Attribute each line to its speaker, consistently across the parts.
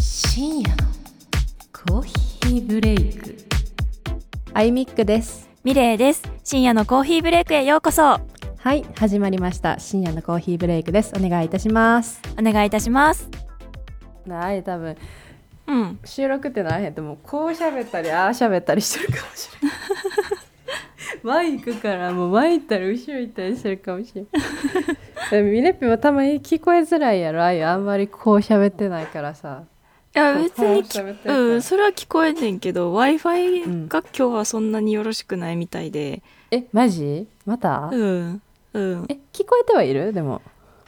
Speaker 1: 深夜のコーヒーブレイク
Speaker 2: アイミックです
Speaker 3: ミレイです深夜のコーヒーブレイクへようこそ
Speaker 2: はい始まりました深夜のコーヒーブレイクですお願いいたします
Speaker 3: お願いいたします
Speaker 2: なあれ多分
Speaker 3: うん
Speaker 2: 収録ってのはあれやってもうこう喋ったりああ喋ったりしてるかもしれない 前行くからもう前行ったり後ろ行ったりしてるかもしれないでもミレッピもたまに聞こえづらいやろあゆあんまりこう喋ってないからさ
Speaker 4: いや
Speaker 2: こう
Speaker 4: 別にき
Speaker 2: こう喋ってるから
Speaker 4: うんそれは聞こえんねんけど w i f
Speaker 2: う
Speaker 4: i
Speaker 2: ん
Speaker 4: が今日はそんなによろしくないみたいで
Speaker 2: えマジまた、
Speaker 4: うんうん
Speaker 2: え聞こえてはいるでも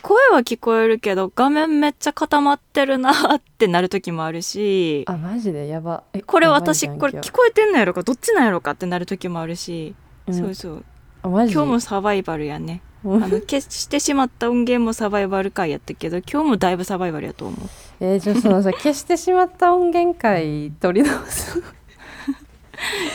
Speaker 4: 声は聞こえるけど画面めっちゃ固まってるなってなる時もあるし
Speaker 2: あマジでやばえ
Speaker 4: これ
Speaker 2: やばいじ
Speaker 4: 私
Speaker 2: ゃん
Speaker 4: これ
Speaker 2: 今
Speaker 4: 聞
Speaker 2: 日
Speaker 4: こえてんのやろかどっちなんやろかってなる時もあるし、
Speaker 2: うん
Speaker 4: そうそう
Speaker 2: あマジ
Speaker 4: 今日もサバイバルやね
Speaker 2: う
Speaker 4: あの消してしまった音源もサバイバル回やったけど今日もだいぶサバイバルやと思う
Speaker 2: えー、じゃあそ のさ消してしまった音源回取り直す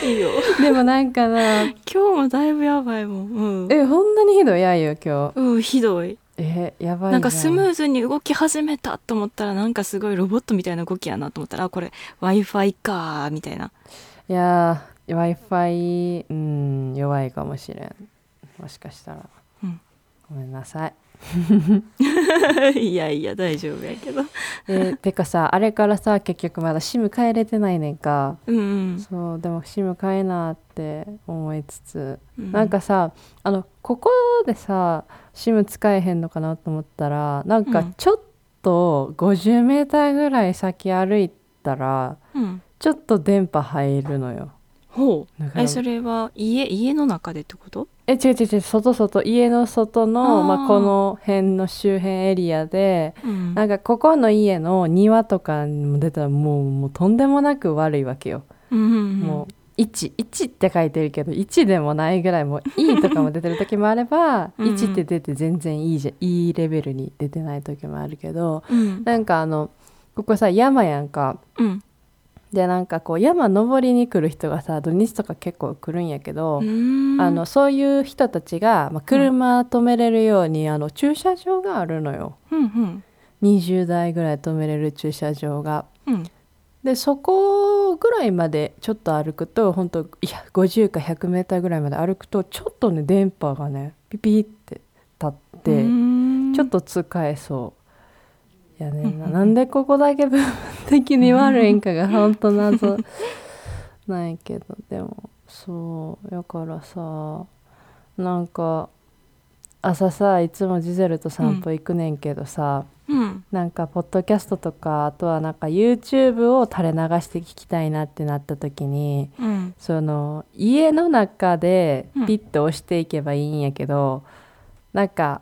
Speaker 4: いいよ
Speaker 2: でもなんかな
Speaker 4: 今日もだいぶやばいもんうん
Speaker 2: えほんなにひどいやんよ今
Speaker 4: うんひどい
Speaker 2: 日えー、やばいじゃん
Speaker 4: なんかスムーズに動き始めたと思ったらなんかすごいロボットみたいな動きやなと思ったらあこれ w i f i かーみたいない
Speaker 2: や w i f i うん弱いかもしれんもしかしたら、
Speaker 4: うん
Speaker 2: ごめんなさい
Speaker 4: いやいや大丈夫やけど
Speaker 2: えー、てかさあれからさ結局まだ SIM 変えれてないねんか
Speaker 4: うんうん
Speaker 2: そうでも SIM 変えなって思いつつ
Speaker 4: うん
Speaker 2: なんかさあのここでさ SIM 使えへんのかなと思ったらなんか
Speaker 4: うん
Speaker 2: ちょっと 50m ぐらい先歩いたら
Speaker 4: うん
Speaker 2: ちょっと電波入るのよ。
Speaker 4: ほ
Speaker 2: だか
Speaker 4: う
Speaker 2: ら
Speaker 4: えそれは家家の中でってこと
Speaker 2: え違う違う違う外外家の外の
Speaker 4: あー
Speaker 2: まあ、この辺の周辺エリアで
Speaker 4: うん
Speaker 2: なんかここの家の庭とかにも出たらもうもうとんでもなく悪いわけよ。
Speaker 4: うんうん
Speaker 2: もう1、1って書いてるけど1でもないぐらいもう「いい」とかも出てる時もあれば
Speaker 4: うんうん
Speaker 2: 1って出て全然いいじゃいいレベルに出てない時もあるけど
Speaker 4: うん
Speaker 2: なんかあのここさ山やんか
Speaker 4: うん
Speaker 2: でなんかこう山登りに来る人がさ土日とか結構来るんやけど、
Speaker 4: うん
Speaker 2: あのそういう人たちが、まあ、車止めれるように、あの駐車場があるのよ
Speaker 4: うんうん
Speaker 2: 20台ぐらい止めれる駐車場が。
Speaker 4: うん
Speaker 2: でそこぐらいまでちょっと歩くと本当いや50か100メーターぐらいまで歩くとちょっとね電波がねピピって立って、
Speaker 4: うん
Speaker 2: ちょっと使えそうやねんな、
Speaker 4: うん
Speaker 2: なんでここだけ部分的に悪いんかが本当謎ないけどでもそうだからさなんか朝さいつもジゼルと散歩行くねんけどさ、
Speaker 4: うん
Speaker 2: なんかポッドキャストとかあとはなんか YouTube を垂れ流して聞きたいなってなった時に
Speaker 4: うん
Speaker 2: その家の中で
Speaker 4: うん
Speaker 2: ピッと押していけばいいんやけど、なんか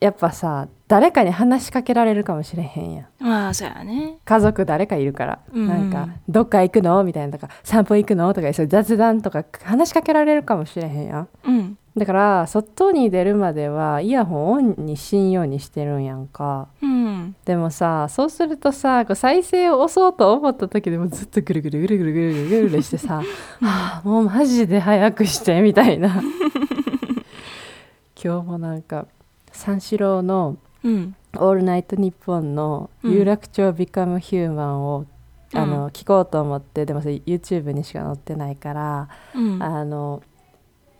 Speaker 2: やっぱさ誰かに話しかけられるかもしれへんやん
Speaker 4: まあそうやね
Speaker 2: 家族誰かいるから、
Speaker 4: うん
Speaker 2: なんか「どっか行くの?」みたいなとか「散歩行くの?」とかそういう雑談とか話しかけられるかもしれへんやん
Speaker 4: うん
Speaker 2: だから外に出るまではイヤホンオンにしんようにしてるんやんか。
Speaker 4: うん
Speaker 2: でもさそうするとさこう再生を押そうと思った時でもずっとぐるぐるぐるぐるぐるぐるぐるぐるしてさはあもうマジで早くしてみたいな 今日もなんか三四郎の
Speaker 4: うん
Speaker 2: 「オールナイトニッポン」の「
Speaker 4: うん
Speaker 2: 有楽町ビカムヒューマンを」あ
Speaker 4: う
Speaker 2: の聞こうと思ってでもそれ YouTube にしか載ってないから、
Speaker 4: うん
Speaker 2: あの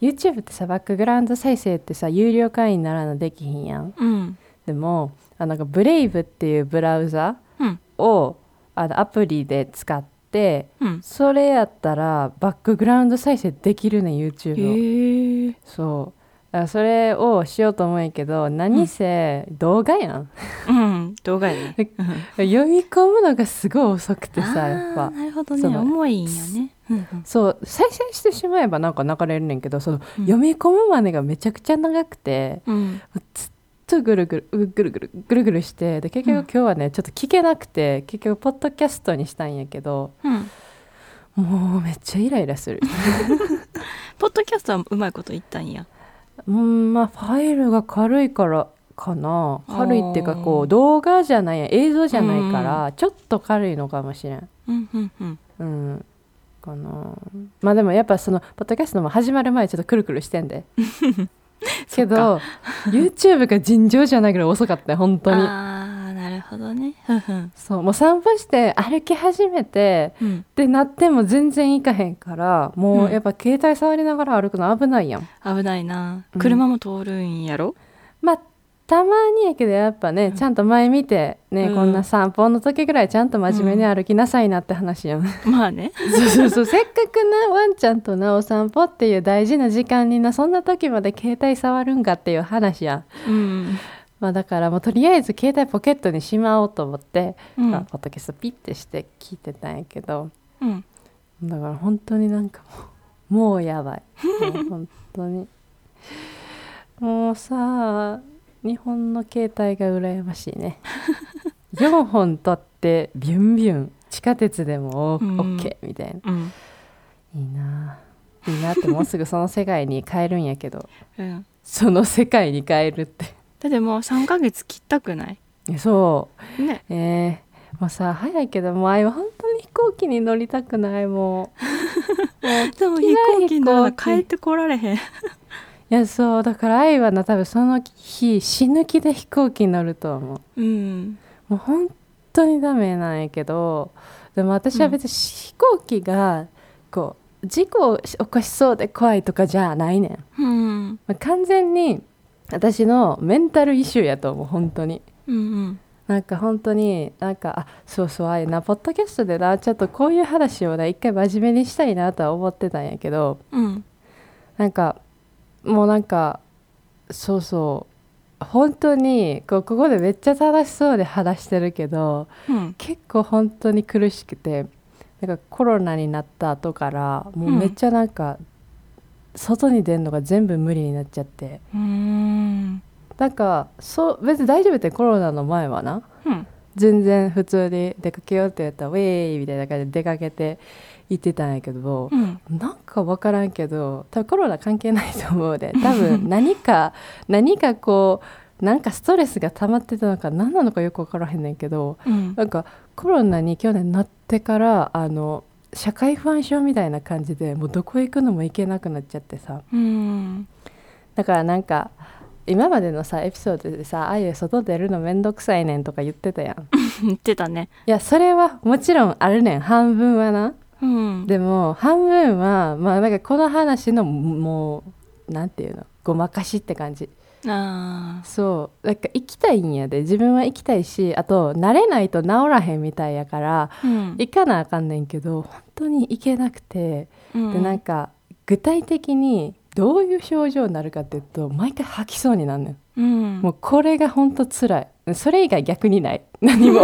Speaker 2: YouTube ってさバックグラウンド再生ってさ有料会員ならなできひんやん。
Speaker 4: うん
Speaker 2: でもあなんかブレイブっていうブラウザ
Speaker 4: うん
Speaker 2: をあのアプリで使って
Speaker 4: うん
Speaker 2: それやったらバックグラウンド再生できるねん YouTube を、
Speaker 4: へえ
Speaker 2: そうだからそれをしようと思うんやけど何せ動画やん、
Speaker 4: うん動画やね
Speaker 2: 読み込むのがすごい遅くて
Speaker 4: あ
Speaker 2: さ
Speaker 4: ー
Speaker 2: やっぱ
Speaker 4: なるほど
Speaker 2: そ
Speaker 4: ね
Speaker 2: の
Speaker 4: 重いんやね、うんうん
Speaker 2: そう再生してしまえばなんか流れるねんけどその、
Speaker 4: うん
Speaker 2: 読み込むまでがめちゃくちゃ長くて
Speaker 4: うん、
Speaker 2: ずっとぐるぐるぐるぐるぐるぐるしてで結局
Speaker 4: うん
Speaker 2: 今日はねちょっと聞けなくて結局ポッドキャストにしたんやけど
Speaker 4: うん、
Speaker 2: もうめっちゃイライラする
Speaker 4: ポッドキャストはうまいこと言ったんや
Speaker 2: うんまあファイルが軽いからかな
Speaker 4: あー
Speaker 2: 軽いっていうかこう動画じゃないや映像じゃないからちょっと軽いのかもしれん
Speaker 4: うんうんうん
Speaker 2: うんかなまあでもやっぱそのポッドキャストも始まる前ちょっとくるくるしてん でけど YouTube が尋常じゃないぐらい遅かったよ本当に
Speaker 4: ああななるほどね。ふんふん。
Speaker 2: そうもう散歩して歩き始めて
Speaker 4: うん。
Speaker 2: でなっても全然行かへんからもうやっぱ携帯触りながら歩くの危ないやん、
Speaker 4: 危ないな
Speaker 2: う。ん
Speaker 4: 車も通るん やろ、
Speaker 2: まあたまにやけどやっぱねちゃんと前見てね、
Speaker 4: うん
Speaker 2: こんな散歩の時ぐらいちゃんと真面目に歩きなさいなって話やん、
Speaker 4: まあね。
Speaker 2: そうそうそうせっかくなワンちゃんとなお散歩っていう大事な時間になそんな時まで携帯触るんかっていう話やん
Speaker 4: うん。
Speaker 2: まあだからもうとりあえず携帯ポケットにしまおうと思って、
Speaker 4: うん
Speaker 2: まあ、ポッドキャストピッてして聞いてたんやけど
Speaker 4: うん。
Speaker 2: だから本当になんかもうもう やばいもう本当にもうさあ日本の携帯が羨ましい ね4本取ってビュンビュン地下鉄でもオ
Speaker 4: うん
Speaker 2: OK みたいな。
Speaker 4: うん。
Speaker 2: いいなあいいなってもうすぐその世界に帰るんやけど
Speaker 4: うん。
Speaker 2: その世界に帰るって
Speaker 4: だってもう3ヶ月切ったくない
Speaker 2: えそ
Speaker 4: ね。
Speaker 2: うえー、もうさ早いけどもうあいは本当に飛行機に乗りたくないもう
Speaker 4: でも飛行機なら帰ってこられへん。
Speaker 2: いやそうだからあいはな多分その日死ぬ気で飛行機に乗ると思う
Speaker 4: うん。
Speaker 2: もう本当にダメなんやけどでも私は別に飛行機がこう事故を起こしそうで怖いとかじゃないねん
Speaker 4: うん。
Speaker 2: まあ完全に私のメンタルイシューやと思う本当に
Speaker 4: うん。
Speaker 2: なんか本当になんかあそうそうああいうなポッドキャストでなちょっとこういう話をな一回真面目にしたいなとは思ってたんやけど
Speaker 4: うん。
Speaker 2: なんかもうなんかそうそう本当にこうここでめっちゃ楽しそうで話してるけど
Speaker 4: うん。
Speaker 2: 結構本当に苦しくてなんかコロナになった後からもうめっちゃなんか、外に出るのが全部無理になっちゃって
Speaker 4: うん。
Speaker 2: なんかそう別に大丈夫ってコロナの前はな
Speaker 4: うん。
Speaker 2: 全然普通に出かけようって言ったら「ウェーイ!」みたいな感じで出かけて行ってたんやけど、
Speaker 4: うん。
Speaker 2: なんか分からんけど多分コロナ関係ないと思うで多分何か何かこうなんかストレスが溜まってたのか何なのかよく分からへんねんけど
Speaker 4: うん。
Speaker 2: なんかコロナに去年なってからあの社会不安症みたいな感じでもうどこ行くのも行けなくなっちゃってさ
Speaker 4: うん。
Speaker 2: だからなんか今までのさエピソードでさ「ああいう外出るのめんどくさいねん」とか言ってたやん。
Speaker 4: 言ってたね。
Speaker 2: いやそれはもちろんあるねん半分はな
Speaker 4: うん。
Speaker 2: でも半分はまあなんかこの話のもうなんていうのごまかしって感じ
Speaker 4: ああ。
Speaker 2: そうなんか行きたいんやで自分は行きたいしあと慣れないと治らへんみたいやから
Speaker 4: うん。
Speaker 2: 行かなあかんねんけど本当に行けなくて、でなんか具体的にどういう症状になるかっていうと毎回吐きそうになんねん
Speaker 4: うん。
Speaker 2: もうこれが本当辛いそれ以外逆にない何 も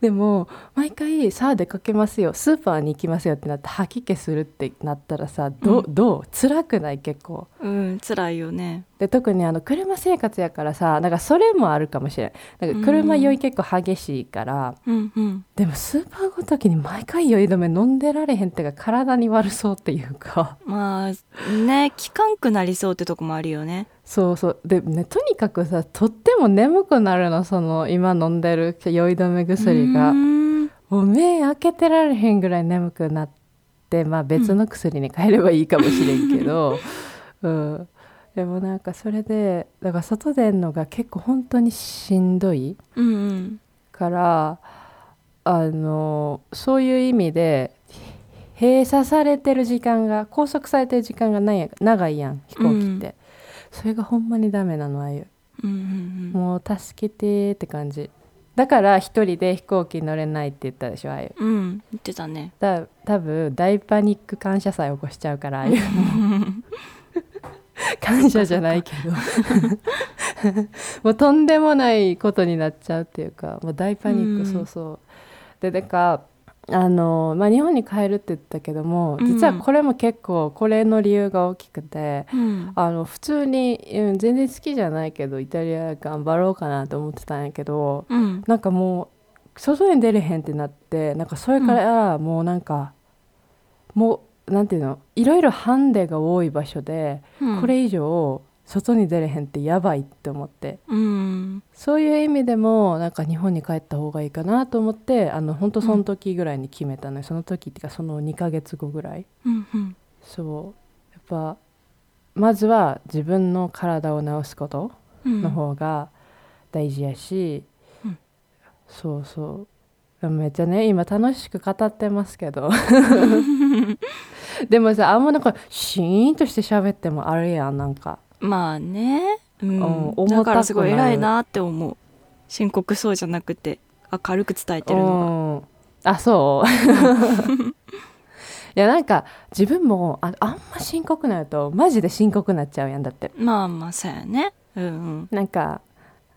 Speaker 2: でも毎回さあ出かけますよスーパーに行きますよってなって吐き気するってなったらさど,、う
Speaker 4: う
Speaker 2: どう辛くない結構
Speaker 4: うん、辛いよね。
Speaker 2: で特にあの車生活やからさなんかそれもあるかもしれないなんか車酔い結構激しいから、
Speaker 4: うんうん。
Speaker 2: でもスーパーごときに毎回酔い止め飲んでられへんってか体に悪そうっていうか
Speaker 4: まあね、効かんくなりそうってとこもあるよね。
Speaker 2: そうそうでねとにかくさとっても眠くなるのその今飲んでる酔い止め薬が
Speaker 4: うーん
Speaker 2: もう目開けてられへんぐらい眠くなってまあ別の薬に変えればいいかもしれんけど、 うんでもなんかそれでだから外出んのが結構本当にしんどい
Speaker 4: うんうん。
Speaker 2: からあのそういう意味で閉鎖されてる時間が拘束されてる時間がないや長いやん飛行機って、それがほんまにダメなのああいう
Speaker 4: うんうん
Speaker 2: もう助けてって感じだから一人で飛行機乗れないって言ったでしょああいう
Speaker 4: うん。うん、言ってたね。
Speaker 2: だ多分大パニック感謝祭起こしちゃうからあ あいう感謝じゃないけ どもうとんでもないことになっちゃうっていうかもう大パニック、
Speaker 4: うん
Speaker 2: そうそうでだからあの、まあ、日本に帰るって言ったけども実は
Speaker 4: うん
Speaker 2: これも結構これの理由が大きくて、
Speaker 4: うん。
Speaker 2: あの普通に、うん、全然好きじゃないけどイタリア頑張ろうかなと思ってたんやけど、
Speaker 4: うん。
Speaker 2: なんかもう外に出れへんってなってなんかそれからもうなんか、もうなんていうのいろいろハンデが多い場所で、
Speaker 4: うん
Speaker 2: こ。れ以上外に出れへんってやばいって思って
Speaker 4: うん。
Speaker 2: そういう意味でもなんか日本に帰った方がいいかなと思ってあの本当その時ぐらいに決めたのよ、その時っていうかその2ヶ月後ぐらい
Speaker 4: うんうん。
Speaker 2: そうやっぱまずは自分の体を治すこと
Speaker 4: うん
Speaker 2: の方が大事やし、
Speaker 4: うん
Speaker 2: そうそうめっちゃね今楽しく語ってますけ どでもさあんまなんかシーンとして喋ってもあれやんなんか
Speaker 4: まあね、う
Speaker 2: うん
Speaker 4: ん、
Speaker 2: 重たくなる
Speaker 4: だからすごい偉いなって思う深刻そうじゃなくて明るく伝えてるのが
Speaker 2: うんあそう いやなんか自分もああんま深刻なるとマジで深刻になっちゃうやんだって
Speaker 4: まあまあそうやねうん
Speaker 2: なんか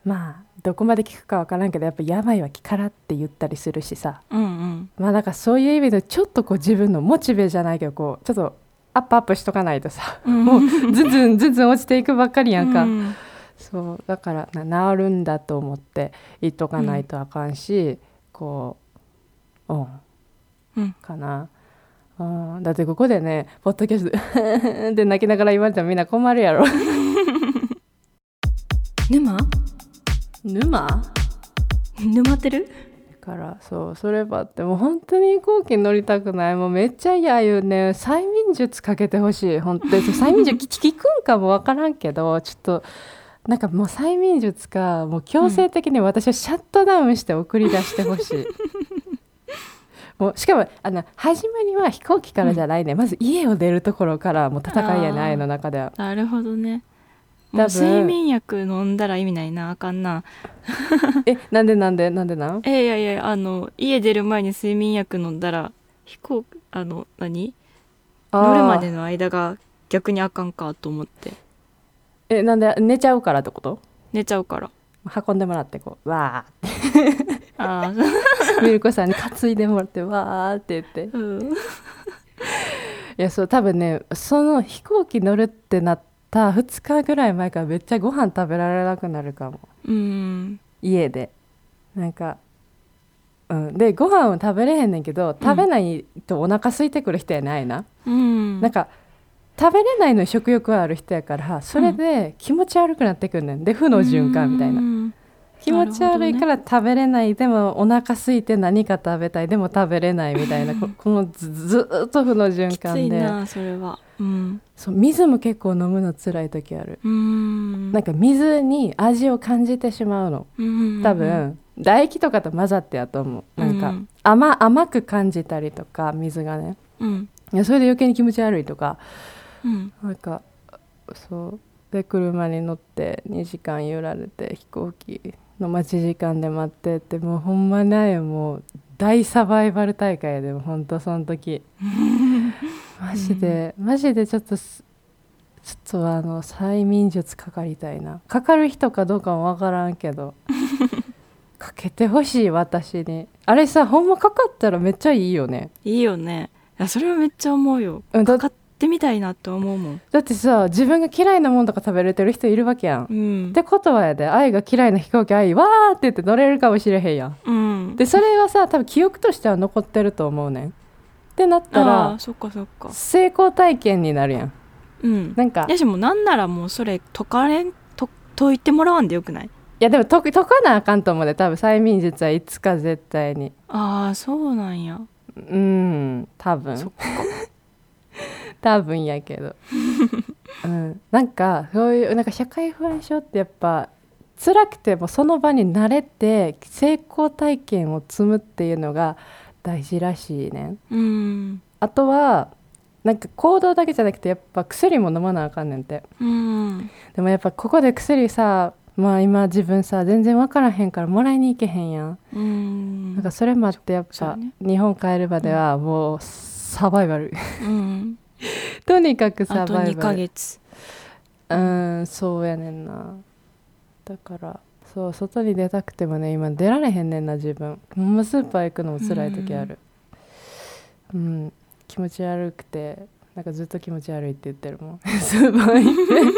Speaker 2: まあどこまで聞くかわからんけどやっぱ病は気からって言ったりするしさ
Speaker 4: うんうんうん
Speaker 2: まあなんかそういう意味でちょっとこう自分のモチベじゃないけどこうちょっとアップアップしとかないとさ
Speaker 4: うん
Speaker 2: もうずんずんずんずん落ちていくばっかりやんか、
Speaker 4: うん
Speaker 2: そうだからな治るんだと思って言っとかないとあかんし、こううん
Speaker 4: うん
Speaker 2: かな、うん、だってここでねポッドキャスト で泣きながら言われてもみんな困るやろ
Speaker 4: 沼
Speaker 2: 沼
Speaker 4: 沼ってる
Speaker 2: からそうそればってもう本当に飛行機に乗りたくないもうめっちゃ嫌いうね催眠術かけてほしい本当に催眠 術聞くんかもわからんけどちょっとなんかもう催眠術かもう強制的に私をシャットダウンして送り出してほしい。 もうしかもあの始まりは飛行機からじゃないね、まず家を出るところからもう戦いやね
Speaker 4: あー
Speaker 2: 愛の中では
Speaker 4: なるほどね
Speaker 2: 多分
Speaker 4: もう睡眠薬飲んだら意味ないなあかんな
Speaker 2: えなんでなんでなんでなん
Speaker 4: えいやいやあの家出る前に睡眠薬飲んだら飛行あの何 乗るまで
Speaker 2: あー
Speaker 4: の間が逆にあかんかと思って
Speaker 2: えなんで寝ちゃうからってこと
Speaker 4: 寝ちゃう から
Speaker 2: 運んでもらってこうわーって
Speaker 4: ああ
Speaker 2: ミルコさんに担いでもらってわーって言って
Speaker 4: うん
Speaker 2: いやそう多分ねその飛行機乗るってなった2日ぐらい前からめっちゃご飯食べられなくなるかも
Speaker 4: うん
Speaker 2: 家でなんか、うん、でご飯を食べれへんねんけど食べないとお腹空いてくる人やないな、
Speaker 4: うん
Speaker 2: なんか食べれないのに食欲はある人やからそれで気持ち悪くなってくるねんで負の循環みたいな
Speaker 4: な
Speaker 2: 気持ち悪いから食べれない、でもお腹空いて何か食べたいでも食べれないみたいな ここのずずーっと負の循
Speaker 4: きつ
Speaker 2: 環
Speaker 4: い
Speaker 2: で
Speaker 4: なそれはうん
Speaker 2: そう水も結構飲むの辛い時ある、
Speaker 4: うん
Speaker 2: なんか水に味を感じてしまうの
Speaker 4: うん
Speaker 2: 多分、唾液とかと混ざってやと思うなんか、甘甘く感じたりとか水がね
Speaker 4: うん
Speaker 2: いやそれで余計に気持ち悪いとか
Speaker 4: うん
Speaker 2: なんかそうで車に乗って2時間揺られて飛行機の待ち時間で待ってってもうほんまないもう大サバイバル大会やでもほんとその 時マジで、マジでちょっとすちょっとあの催眠術かかりたいなかかる人かどうかもわからんけど かけてほしい私にあれさほんまかかったらめっちゃいいよね
Speaker 4: いいよねいやそれはめっちゃ思うよ
Speaker 2: うんだ
Speaker 4: かかってみたいなって思うもん
Speaker 2: だってさ自分が嫌いなもんとか食べれてる人いるわけやん
Speaker 4: うん
Speaker 2: ってことはやで愛が嫌いな飛行機愛わーって言って乗れるかもしれへんやん
Speaker 4: うん
Speaker 2: でそれはさ多分記憶としては残ってると思うねんってなった
Speaker 4: ああ
Speaker 2: ら
Speaker 4: そっかそっか
Speaker 2: 成功体験になるやん
Speaker 4: うん
Speaker 2: なんか
Speaker 4: やしもうなんならもうそれ解かれんと解いてもらわんでよくない
Speaker 2: いやでも解く解かなあかんと思うで多分催眠術はいつか絶対に
Speaker 4: ああそうなんや
Speaker 2: うん多
Speaker 4: そ
Speaker 2: 分
Speaker 4: っ
Speaker 2: 多分やけど、うん、なんかそういうなんか社会不安症ってやっぱ辛くてもその場に慣れて成功体験を積むっていうのが大事らしいねん
Speaker 4: うん
Speaker 2: あとはなんか行動だけじゃなくてやっぱ薬も飲まなあかんねんて
Speaker 4: うん
Speaker 2: でもやっぱここで薬さまあ今自分さ全然分からへんからもらいに行けへんやん、
Speaker 4: うん
Speaker 2: なんかそれもあってやっ
Speaker 4: そう
Speaker 2: ぱ、
Speaker 4: やね
Speaker 2: 日本帰るまではもうサバイバル
Speaker 4: うん
Speaker 2: とにかくサ
Speaker 4: あと
Speaker 2: バイ
Speaker 4: 2
Speaker 2: バ
Speaker 4: ヶ
Speaker 2: ル
Speaker 4: 月
Speaker 2: うんそうやねんなだからそう外に出たくてもね今出られへんねんな自分ほんまスーパー行くのも辛い時あるうん気持ち悪くてなんかずっと気持ち悪いって言ってるもん スーパー行っ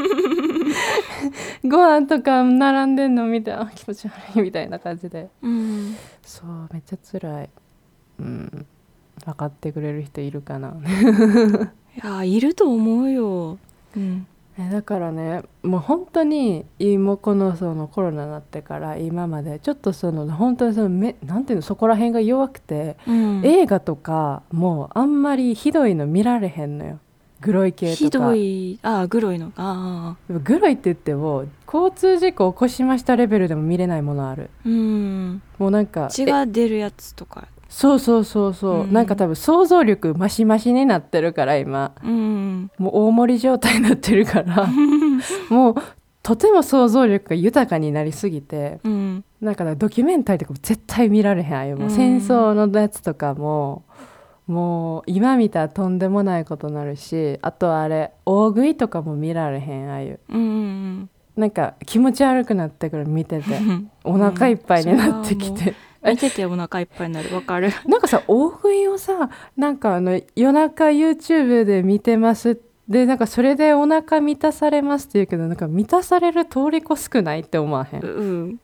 Speaker 2: てご飯とか並んでんの見てあ気持ち悪いみたいな感じで
Speaker 4: うん
Speaker 2: そうめっちゃ辛いうん分かってくれる人いるかな
Speaker 4: いやいると思うよ。うん。
Speaker 2: えだからねもう本当にもうこのそのコロナになってから今までちょっとその本当にそのめなんていうのそこら辺が弱くて
Speaker 4: うん、
Speaker 2: 映画とかもうあんまりひどいの見られへんのよグロい系とか
Speaker 4: ひどいああグロいのかあ
Speaker 2: グロいって言っても交通事故起こしましたレベルでも見れないものある
Speaker 4: うん
Speaker 2: もうなんか
Speaker 4: 血
Speaker 2: え
Speaker 4: が出るやつとか
Speaker 2: そうそうそうそう、
Speaker 4: うん
Speaker 2: なんか多分想像力マシマシになってるから今
Speaker 4: うん
Speaker 2: もう大盛り状態になってるからもうとても想像力が豊かになりすぎて
Speaker 4: うん
Speaker 2: なんかドキュメンタリーとかも絶対見られへんああいうもう
Speaker 4: うん
Speaker 2: 戦争のやつとかももう今見たらとんでもないことになるしあとあれ大食いとかも見られへんああいう
Speaker 4: うん
Speaker 2: なんか気持ち悪くなってくる見て て
Speaker 4: うん
Speaker 2: お腹いっぱいになってき
Speaker 4: うんそ
Speaker 2: て、
Speaker 4: 見ててお腹いっぱいになるわかる
Speaker 2: なんかさ大食いをさなんかあの夜中 YouTube で見てますでなんかそれでお腹満たされますって言うけどなんか満たされる通り越少ないって思わへん
Speaker 4: うん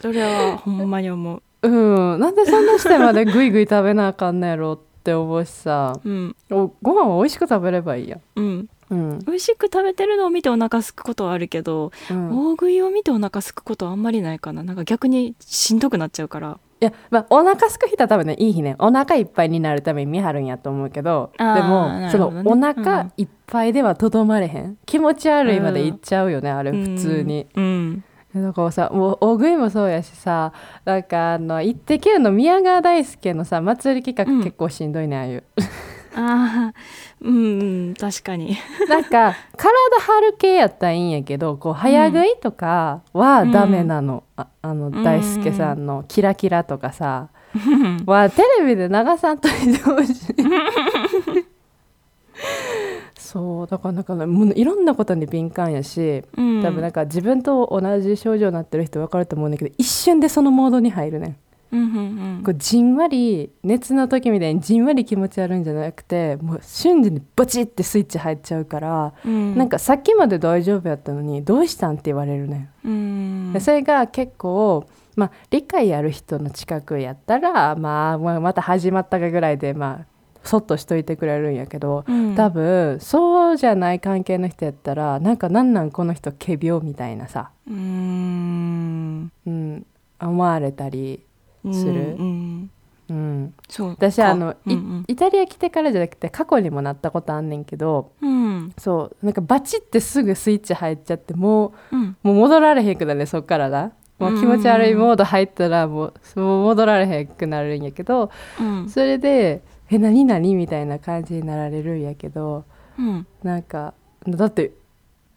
Speaker 4: それはほんまに思う
Speaker 2: うんなんでそんなしてまで グイグイ食べなあかんのやろって思うしさ
Speaker 4: うん
Speaker 2: おご飯は美味しく食べればいいやん
Speaker 4: うん
Speaker 2: うん、
Speaker 4: 美味しく食べてるのを見てお腹すくことはあるけど、
Speaker 2: うん、い
Speaker 4: 大食いを見てお腹すくことはあんまりないかななんか逆にしんどくなっちゃうから
Speaker 2: やまあお腹すく人は多分ねいい日ねお腹いっぱいになるために見張るんやと思うけどで
Speaker 4: あー
Speaker 2: も、
Speaker 4: な
Speaker 2: そ
Speaker 4: る
Speaker 2: の
Speaker 4: ほどね
Speaker 2: お腹いっぱいではとどまれへん、気持ち悪いまでいっちゃうよね、あれ
Speaker 4: うん
Speaker 2: 普通に。
Speaker 4: うん
Speaker 2: なんかさもう大食いもそうやしさなんかあの「イッテ Q!」の宮川大輔のさ祭り企
Speaker 4: うん
Speaker 2: 画結構しんどいね、ああいう
Speaker 4: ああうんうん確かに
Speaker 2: なんか体張る系やったらいいんやけどこう早食いとかはダメなの、ああの大輔さんの「キラキラ」とかさ、はテレビで流さんといてほしいそうだからなんかねもういろんなことに敏感やし
Speaker 4: うん
Speaker 2: 多分なんか自分と同じ症状になってる人分かると思うんだけど一瞬でそのモードに入るねん
Speaker 4: うんうん
Speaker 2: こうじんわり熱の時みたいにじんわり気持ち悪いんじゃなくてもう瞬時にバチってスイッチ入っちゃうから、
Speaker 4: うん
Speaker 2: なんかさっきまで大丈夫やったのにどうしたんって言われるね、
Speaker 4: うん
Speaker 2: でそれが結構、まあ、理解ある人の近くやったら、まあ、まあまた始まったかぐらいで、まあ、そっとしといてくれるんやけど。
Speaker 4: うん
Speaker 2: 多分そうじゃない関係の人やったらなんかなんなんこの人仮病みたいなさ、
Speaker 4: うーん
Speaker 2: うん、思われたり、する
Speaker 4: うんうん
Speaker 2: うん、
Speaker 4: そう
Speaker 2: 私
Speaker 4: か
Speaker 2: あの
Speaker 4: うんうん
Speaker 2: イタリア来てからじゃなくて過去にもなったことあんねんけど
Speaker 4: うん
Speaker 2: そうなんかバチってすぐスイッチ入っちゃっても
Speaker 4: うん
Speaker 2: うもう戻られへんくなるねそっからなもう気持ち悪いモード入ったらもうもう戻られへんくなるんやけど
Speaker 4: うん
Speaker 2: それで「え何何?」みたいな感じになられるんやけど
Speaker 4: うん
Speaker 2: なんかだって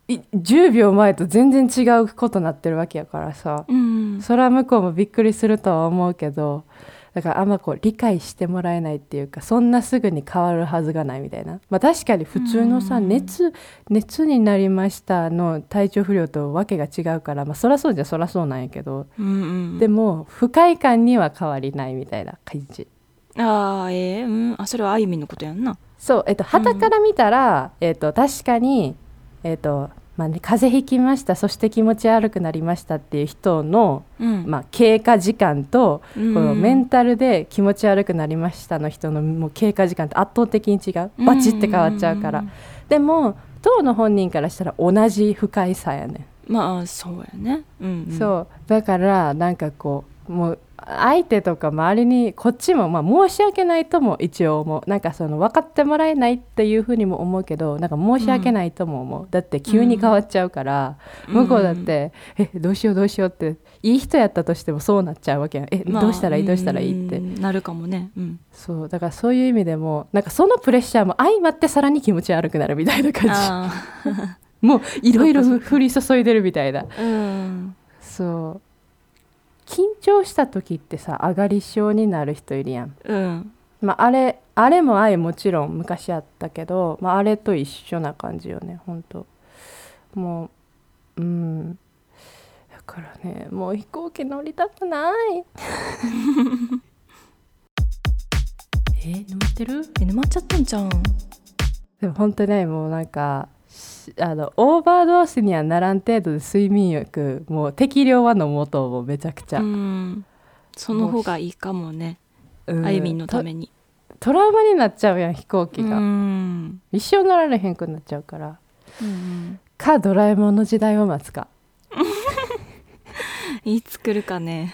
Speaker 2: い10秒前と全然違うことなってるわけやからさ
Speaker 4: うん
Speaker 2: それは向こうもびっくりするとは思うけどだからあんまこう理解してもらえないっていうかそんなすぐに変わるはずがないみたいな、まあ、確かに普通のさ
Speaker 4: うん
Speaker 2: 熱熱になりましたの体調不良とわけが違うから、まあ、そらそうじゃそらそうなんやけど、
Speaker 4: うんうん
Speaker 2: でも不快感には変わりないみたいな感じ。
Speaker 4: ああええうんあそれはあゆみんのことやんな
Speaker 2: そう、えっと、旗から見たら、えっと、確かに、えっと、まあね、風邪ひきました、そして気持ち悪くなりましたっていう人の、
Speaker 4: うん
Speaker 2: まあ、経過時間と、
Speaker 4: こ
Speaker 2: この
Speaker 4: の
Speaker 2: メンタルで気持ち悪くなりましたの人のもう経過時間って圧倒的に違うバチって変わっちゃうからでも当の本人からしたら同じ不快さやね、
Speaker 4: まあそうやねうん
Speaker 2: ん、
Speaker 4: う
Speaker 2: そうだからなんかこうもう相手とか周りにこっちもまあ申し訳ないとも一応思うなんかその分かってもらえないっていうふうにも思うけどなんか申し訳ないとも思う、だって急に変わっちゃうから、
Speaker 4: うん
Speaker 2: 向こうだって、えどうしようどうしようっていい人やったとしてもそうなっちゃうわけやんえ、
Speaker 4: まあ
Speaker 2: どうしたらいいどうしたらいいって
Speaker 4: うんなるかもねうん
Speaker 2: そうだからそういう意味でもなんかそのプレッシャーも相まってさらに気 持ち悪くなるみたいな感
Speaker 4: あ
Speaker 2: じもういろいろ 降り注いでるみたいな
Speaker 4: あうん
Speaker 2: そう緊張した時ってさ上がり症になる人いるやん、
Speaker 4: うん
Speaker 2: まあ、あれあれも愛もちろん昔あったけど、まあ、あれと一緒な感じよねほんともううんだからねもう飛行機乗りたくない
Speaker 1: えー、乗ってる
Speaker 4: え沼っちゃったんちゃうん
Speaker 2: でも本当ねもうなんかしあのオーバードースにはならん程度で睡眠欲もう適量は飲もうと思うめちゃくちゃ、
Speaker 4: うんその方がいいかもね
Speaker 2: うん
Speaker 4: あゆみんのために
Speaker 2: トトラウマになっちゃうやん飛行機
Speaker 4: う
Speaker 2: が、
Speaker 4: ん
Speaker 2: 一生乗られへんくなっちゃうから
Speaker 4: うん
Speaker 2: かドラえもんの時代を待つか
Speaker 4: いつ来るかね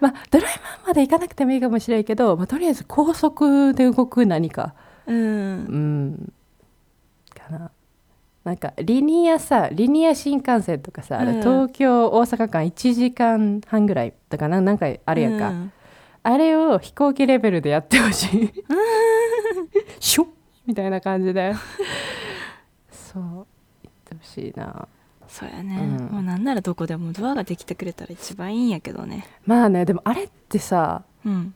Speaker 2: まあドラえもんまで行かなくてもいいかもしれんけど、まあ、とりあえず高速で動く何か
Speaker 4: うん
Speaker 2: うんかななんかリニアさリニア新幹線とかさ、あれ
Speaker 4: うん
Speaker 2: 東京大阪間1時間半ぐらいとかななんかあるやんか、あれを飛行機レベルでやってほし いシュッみたいな感じ でそう言ってほしいな
Speaker 4: そうやね、
Speaker 2: うん
Speaker 4: もうなんならどこでもドアができてくれたら一番いいんやけどね
Speaker 2: まあねでもあれってさ
Speaker 4: うん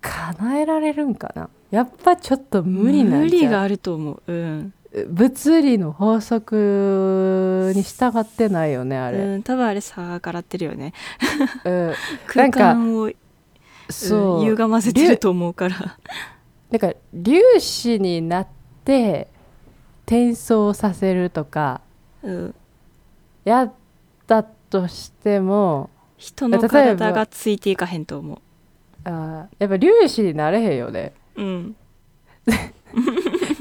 Speaker 2: 叶えられるんかなやっぱちょっと無理なん
Speaker 4: 無
Speaker 2: じゃ
Speaker 4: 理
Speaker 2: う
Speaker 4: があると思ううん
Speaker 2: 物理の法則に従ってないよねあれ、
Speaker 4: うん、多分あれ逆らってるよね
Speaker 2: うん、な
Speaker 4: 空
Speaker 2: んか
Speaker 4: 間を
Speaker 2: そう
Speaker 4: うん歪ませてると思うから
Speaker 2: だから粒子になって転送させるとか
Speaker 4: うん
Speaker 2: やったとしても
Speaker 4: 人の
Speaker 2: 例えば
Speaker 4: 体がついていかへんと思
Speaker 2: あーやっぱ粒子になれへんよね
Speaker 4: ううん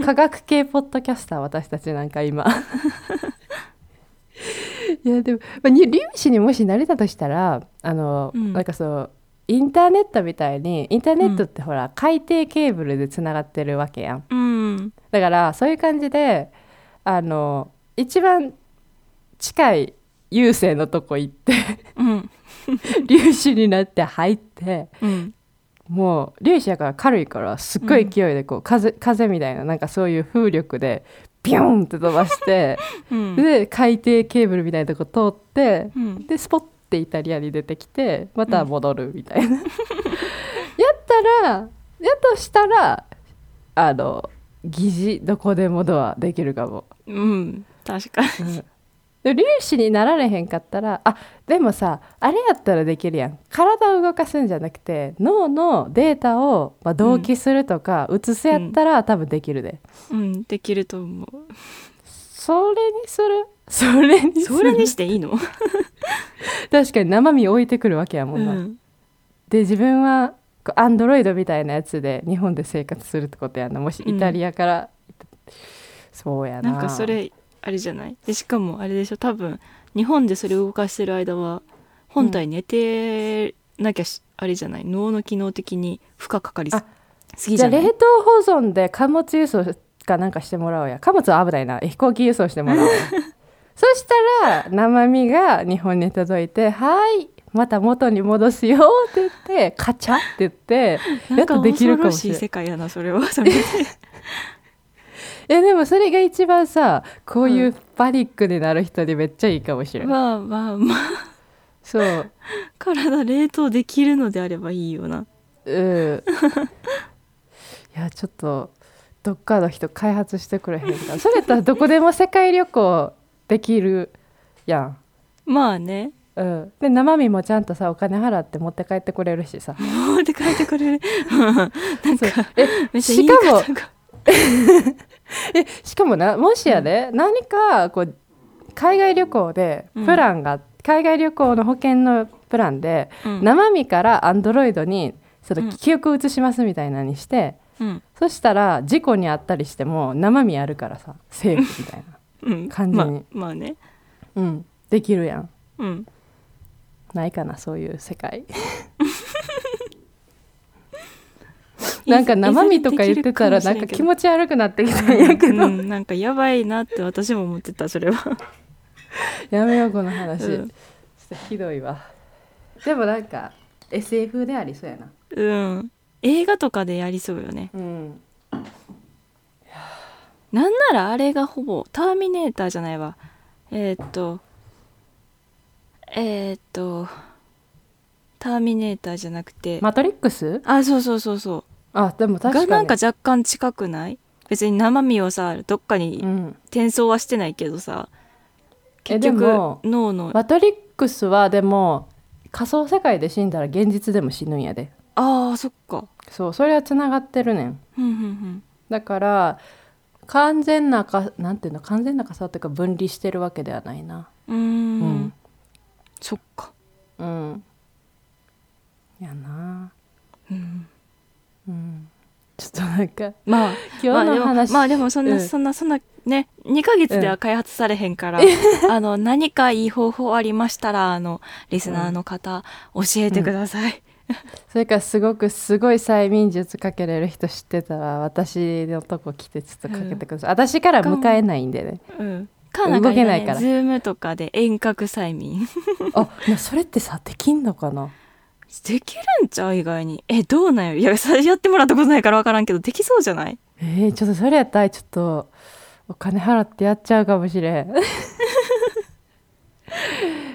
Speaker 2: 科学系ポッドキャスター私たちなんか今いやでも、まあ、に粒子にもしなれたとしたらあの、
Speaker 4: うん
Speaker 2: なんかそうインターネットみたいにインターネットってほら、海底ケーブルでつながってるわけやん
Speaker 4: うん
Speaker 2: だからそういう感じであの一番近い郵政のとこ行って
Speaker 4: うん
Speaker 2: 粒子になって入って
Speaker 4: うん
Speaker 2: もう粒子やから軽いからすっごい勢いでこう、風風みたいななんかそういう風力でビューンって飛ばして、
Speaker 4: うん
Speaker 2: で海底ケーブルみたいなとこ通って
Speaker 4: うん
Speaker 2: でスポッてイタリアに出てきてまた戻るみたいな、 やったらやとしたらあの疑似どこでもドアできるかも、
Speaker 4: うん確かに
Speaker 2: で粒子になられへんかったらあでもさあれやったらできるやん体を動かすんじゃなくて脳のデータを、まあ、同期するとか写すやったら、多分できるで
Speaker 4: うんできると思う
Speaker 2: それにする それにする
Speaker 4: それにしていいの
Speaker 2: 確かに生身置いてくるわけやも
Speaker 4: うん
Speaker 2: な、
Speaker 4: ん
Speaker 2: で自分はこうアンドロイドみたいなやつで日本で生活するってことやなもし
Speaker 4: うん
Speaker 2: イタリアから、そうやな
Speaker 4: なんかそれあれじゃないでしかもあれでしょ多分日本でそれを動かしてる間は本体寝てなきゃし、あれじゃない脳の機能的に負荷かかりす
Speaker 2: あ
Speaker 4: ぎ
Speaker 2: じ
Speaker 4: じ
Speaker 2: ゃあ
Speaker 4: ゃない
Speaker 2: 冷凍保存で貨物輸送かなんかしてもらおうや貨物は危ないな飛行機輸送しても らおうそしたら生身が日本に届いて「はいまた元に戻すよ」って言って「カチャ」って言ってやっとできるかもしれ
Speaker 4: なんか恐ろしい
Speaker 2: ない
Speaker 4: 世界やな それはそれ
Speaker 2: えでもそれが一番さこういううパニックになる人にめっちゃいいかもしれない、
Speaker 4: まあまあまあ
Speaker 2: そう
Speaker 4: 体冷凍できるのであればいいよな
Speaker 2: うん、いやちょっとどっかの人開発してくれへんかなそれやったらどこでも世界旅行できるやん、
Speaker 4: まあね
Speaker 2: うん、で生身もちゃんとさお金払って持って帰ってくれるしさ
Speaker 4: もうって書いてく れるなん
Speaker 2: そう
Speaker 4: か
Speaker 2: え
Speaker 4: めっちゃ言
Speaker 2: し
Speaker 4: い
Speaker 2: か
Speaker 4: 方
Speaker 2: も
Speaker 4: が
Speaker 2: えしかもなもしやで、何かこう海外旅行で
Speaker 4: うん
Speaker 2: プランが、海外旅行の保険のプランで、
Speaker 4: うん
Speaker 2: 生身からアンドロイドにその
Speaker 4: うん
Speaker 2: 記憶移しますみたいなのにして。
Speaker 4: うん
Speaker 2: そしたら事故に遭ったりしても生身あるからさセーフみたいな
Speaker 4: うん
Speaker 2: 完全に
Speaker 4: まあまあね
Speaker 2: うんできるやん
Speaker 4: うん
Speaker 2: ないかなそういう世界
Speaker 4: い
Speaker 2: なんか生身とか言ってたら
Speaker 4: いず
Speaker 2: な
Speaker 4: れ
Speaker 2: ん
Speaker 4: で
Speaker 2: か
Speaker 4: き
Speaker 2: 気
Speaker 4: るも
Speaker 2: 持ち悪くなってきた
Speaker 4: し
Speaker 2: ん
Speaker 4: れん
Speaker 2: やけど、
Speaker 4: うんうんなんかやばいなって私も思ってたそれは
Speaker 2: やめようこの話、
Speaker 4: うん
Speaker 2: ちょっとひどいわでもなんか SF でありそうやな
Speaker 4: うん映画とかでやりそうよね
Speaker 2: うん
Speaker 4: なんならあれがほぼ「ターミネーター」じゃないわえーっとえーっと「ターミネーター」じゃなくて、
Speaker 2: マトリックス
Speaker 4: あそうそうそうそ
Speaker 2: あでも
Speaker 4: う
Speaker 2: 確か
Speaker 4: が
Speaker 2: に
Speaker 4: なんか若干近くない別に生身をさどっか
Speaker 2: う
Speaker 4: に
Speaker 2: ん
Speaker 4: 転送はしてないけどさ
Speaker 2: え
Speaker 4: 結
Speaker 2: で
Speaker 4: 局
Speaker 2: も
Speaker 4: 脳のあ
Speaker 2: マトリックスはでも仮想世界で死んだら現実でも死ぬんやで
Speaker 4: あーそっか
Speaker 2: そうそれはつながってるねん
Speaker 4: ふんふんふん
Speaker 2: だから完全なかなんていうの完全な傘っていうか分離してるわけではないな
Speaker 4: うーん
Speaker 2: うん
Speaker 4: んそっか
Speaker 2: うんやな
Speaker 4: うん
Speaker 2: うんちょっとなんか
Speaker 4: まあ
Speaker 2: 今日の話、
Speaker 4: まあでもまあでもそんな、
Speaker 2: うん
Speaker 4: そんなそんなね2ヶ月では開発されへんから、あの何かいい方法ありましたらあのリスナーの方、教えてください、
Speaker 2: それからすごくすごい催眠術かけれる人知ってたら私のとこ来てちょっとかけてください、私から迎えないんでね
Speaker 4: うんかなんかあ
Speaker 2: 動
Speaker 4: れだね
Speaker 2: けないから
Speaker 4: ズームとかで遠隔催眠
Speaker 2: あいやそれってさできんのかな
Speaker 4: できるんちゃう意外にえどうなんやろいやそれやってもらったことないから分からんけどできそうじゃない
Speaker 2: えー、ちょっとそれやったらちょっとお金払ってやっちゃうかもしれん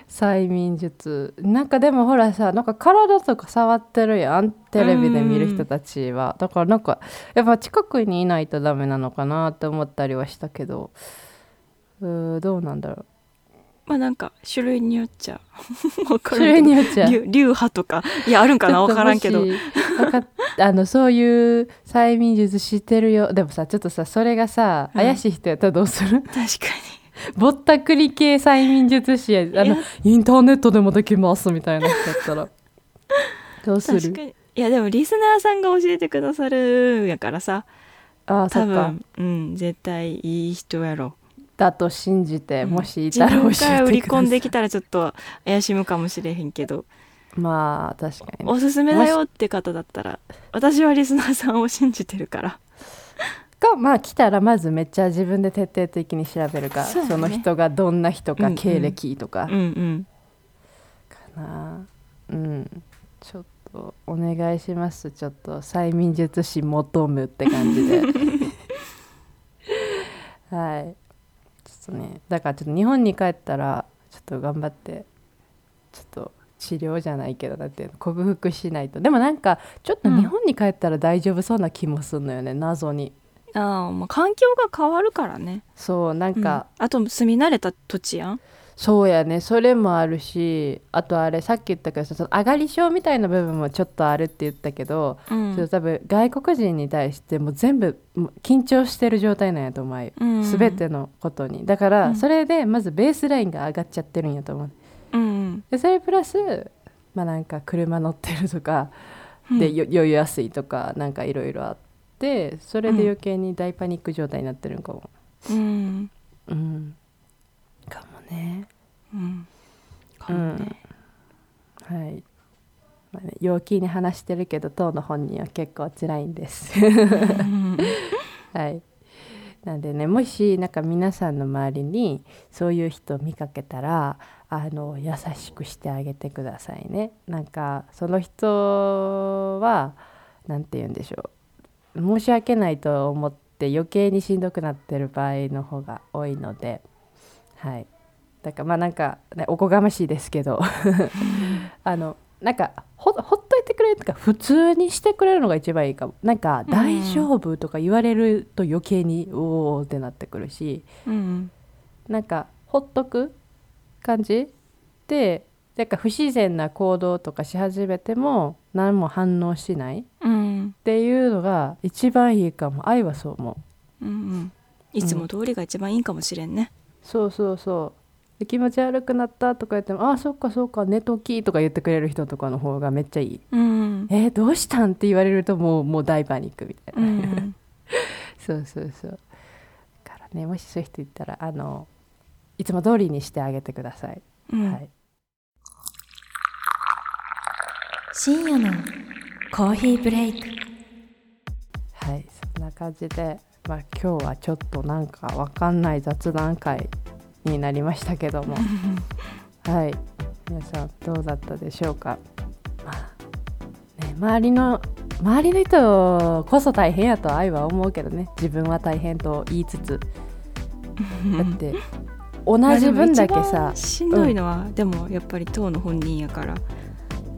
Speaker 2: 催眠術なんかでもほらさなんか体とか触ってるやんテレビで見る人たちはだからなんかやっぱ近くにいないとダメなのかなって思ったりはしたけどうーどうなんだろ
Speaker 4: まあなんか種類によっち ゃ分
Speaker 2: う
Speaker 4: か
Speaker 2: それ
Speaker 4: らん
Speaker 2: に
Speaker 4: け
Speaker 2: よっち
Speaker 4: ど
Speaker 2: ゃ
Speaker 4: 流流派とかいやあるんかな分からんけど
Speaker 2: ちょっ ともしわかあのそういう催眠術知ってるよでもさちょっとさそれがさ
Speaker 4: うん
Speaker 2: 怪しい人やったらどうする、
Speaker 4: 確か
Speaker 2: ぼったくり系催眠術師やあの
Speaker 4: いや
Speaker 2: インターネットでもできますみたいな人だ ったらどう
Speaker 4: に
Speaker 2: す
Speaker 4: 確
Speaker 2: る
Speaker 4: かにいやでもリスナーさんが教えてくださるんやからさ
Speaker 2: ああそ
Speaker 4: 多
Speaker 2: っか
Speaker 4: 分うん絶対いい人やろ
Speaker 2: だと信じてもしい
Speaker 4: 自
Speaker 2: たら教えて
Speaker 4: 分
Speaker 2: くだ
Speaker 4: か
Speaker 2: さ
Speaker 4: ら
Speaker 2: い
Speaker 4: 売り込んできたらちょっと怪しむかもしれへん けど
Speaker 2: まあ確かにね
Speaker 4: おすすめだよって方だったら私はリスナーさんを信じて るから
Speaker 2: がまあ来たらまずめっちゃ自分で徹底的に調べるか
Speaker 4: そ
Speaker 2: そ,、
Speaker 4: う
Speaker 2: の
Speaker 4: ね
Speaker 2: 人がどんな人
Speaker 4: うん
Speaker 2: か
Speaker 4: うん
Speaker 2: 経歴とか
Speaker 4: うんうん
Speaker 2: かなうんちょっとお願いしますちょっと催眠術師求むって感 じではいちょっとねだからちょっと日本に帰ったらちょっと頑張ってちょっと治療じゃないけどだって克服しないとでもなんかちょっと
Speaker 4: うん
Speaker 2: 日本に帰ったら大丈夫そうな気もするのよね、謎に
Speaker 4: ああまあ環境が変わるからね
Speaker 2: そうなんか、
Speaker 4: うんあと住み慣れた土地やん
Speaker 2: そうやねそれもあるしあとあれさっき言ったけどその上がり症みたいな部分もちょっとあるって言ったけど、
Speaker 4: うん
Speaker 2: ちょっと多分外国人に対してもう全部もう緊張してる状態なんやと思うよ、
Speaker 4: うん
Speaker 2: 全てのことにだか
Speaker 4: う
Speaker 2: ら
Speaker 4: ん
Speaker 2: それでまずベースラインが上がっちゃってるんやと思う
Speaker 4: うん
Speaker 2: でそれプラスまあなんか車乗ってるとか
Speaker 4: うん
Speaker 2: でよ酔いやすいとかなんかいろいろあってそれ
Speaker 4: うん
Speaker 2: で余計に大パニック状態になってるんかも
Speaker 4: うん
Speaker 2: うんかもね
Speaker 4: うんかもね
Speaker 2: はい、まあね、陽気に話してるけど当の本人は結構辛いんです
Speaker 4: うん
Speaker 2: はい。なんでね、もしなんか皆さんの周りにそういう人を見かけたらあの優しくしてあげてくださいね。なんかその人はなんて言うんでしょう申し訳ないと思って余計にしんどくなってる場合の方が多いので、はい。だからまあなんか、ね、おこがましいですけど あのなんかほほっといてくれるとか普通にしてくれるのが一番いいかもなんか「
Speaker 4: うん
Speaker 2: 大丈夫?」とか言われると余計に「おお」ってなってくるし
Speaker 4: うん
Speaker 2: なんかほっとく感じでなんか不自然な行動とかし始めても何も反応しないっ
Speaker 4: うん
Speaker 2: ていうのが一番いいかも愛はそう思う。
Speaker 4: うんいつも通りが一番いいかもしれんね
Speaker 2: そうそうそうで気持ち悪くなったとか言っても「あーそっかそっか寝とき」とか言ってくれる人とかの方がめっちゃいい「
Speaker 4: うん
Speaker 2: えーどうしたん?」って言われるともうもう大パニックみたいな、
Speaker 4: うん
Speaker 2: そうそうそうだからねもしそういう人いたらあのいつも通りにしてあげてください、
Speaker 4: うん
Speaker 2: はい
Speaker 1: 深夜のコーヒーブレイク
Speaker 2: はいそんな感じで、まあ、今日はちょっとなんかわかんない雑談会になりましたけど もはい皆さんどうだったでしょうか、まあね、周りの周りの人こそ大変やと愛は思うけどね自分は大変と言いつつだって同じ分だけ
Speaker 4: まあでも一
Speaker 2: さ
Speaker 4: 番しんどいのは、でもやっぱり当の本人やから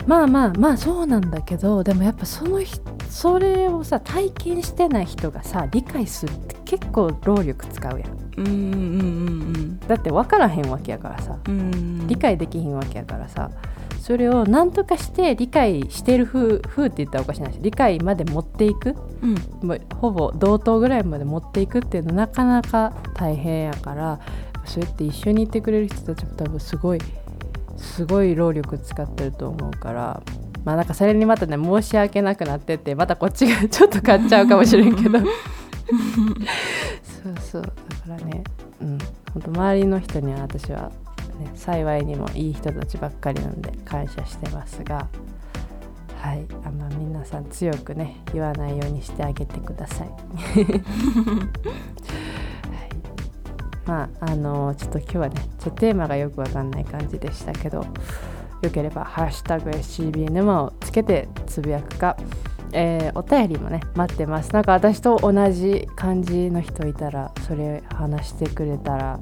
Speaker 2: まあまあまあそうなんだけどでもやっぱその人それをさ体験してない人がさ理解するって結構労力使うやん
Speaker 4: うんうん
Speaker 2: だって分からへんわけやからさ
Speaker 4: うんうんうん
Speaker 2: 理解できひんわけやからさそれを何とかして理解してる風風って言ったらおかしいなし理解まで持っていく
Speaker 4: うん
Speaker 2: もうほぼ同等ぐらいまで持っていくっていうのはなかなか大変やからそうやって一緒にいてくれる人たちも多分すごいすごい労力使ってると思うからまあなんかそれにまたね申し訳なくなっててまたこっちがちょっと買っちゃうかもしれん けどそうそうだからねうん本当周りの人には私は、ね、幸いにもいい人たちばっかりなんで感謝してますが。はい、あんま皆さん強くね言わないようにしてあげてください。はい、まああのちょっと今日はねちょっとテーマがよくわかんない感じでしたけどよければ「ハッシュタグ #SCB 沼」をつけてつぶやくか、えーお便りもね待ってますなんか私と同じ感じの人いたらそれ話してくれたら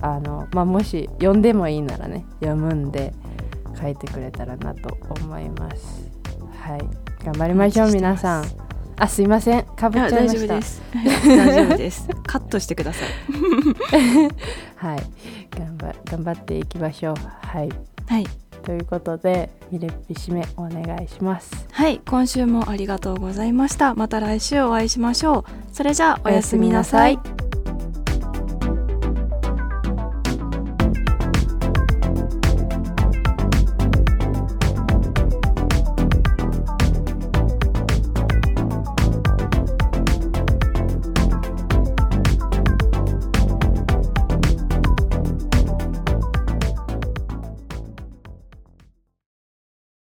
Speaker 2: あの、まあ、もし読んでもいいならね読むんで書いてくれたらなと思いますはい頑張りましょう
Speaker 4: お待ちして
Speaker 2: 皆
Speaker 4: ます
Speaker 2: さんあすいませんかぶっ
Speaker 4: あ
Speaker 2: ちゃい
Speaker 4: 大
Speaker 2: ま
Speaker 4: 丈
Speaker 2: し
Speaker 4: 夫
Speaker 2: た
Speaker 4: です。 大丈夫です。カットしてください。
Speaker 2: はい頑張頑張っていきましょうはい
Speaker 3: はい、
Speaker 2: ということでミレッピ締めお願いします
Speaker 3: はい、今週もありがとうございました。また来週お会いしましょう。それじゃあ、おやすみなさい。
Speaker 2: おやすみなさい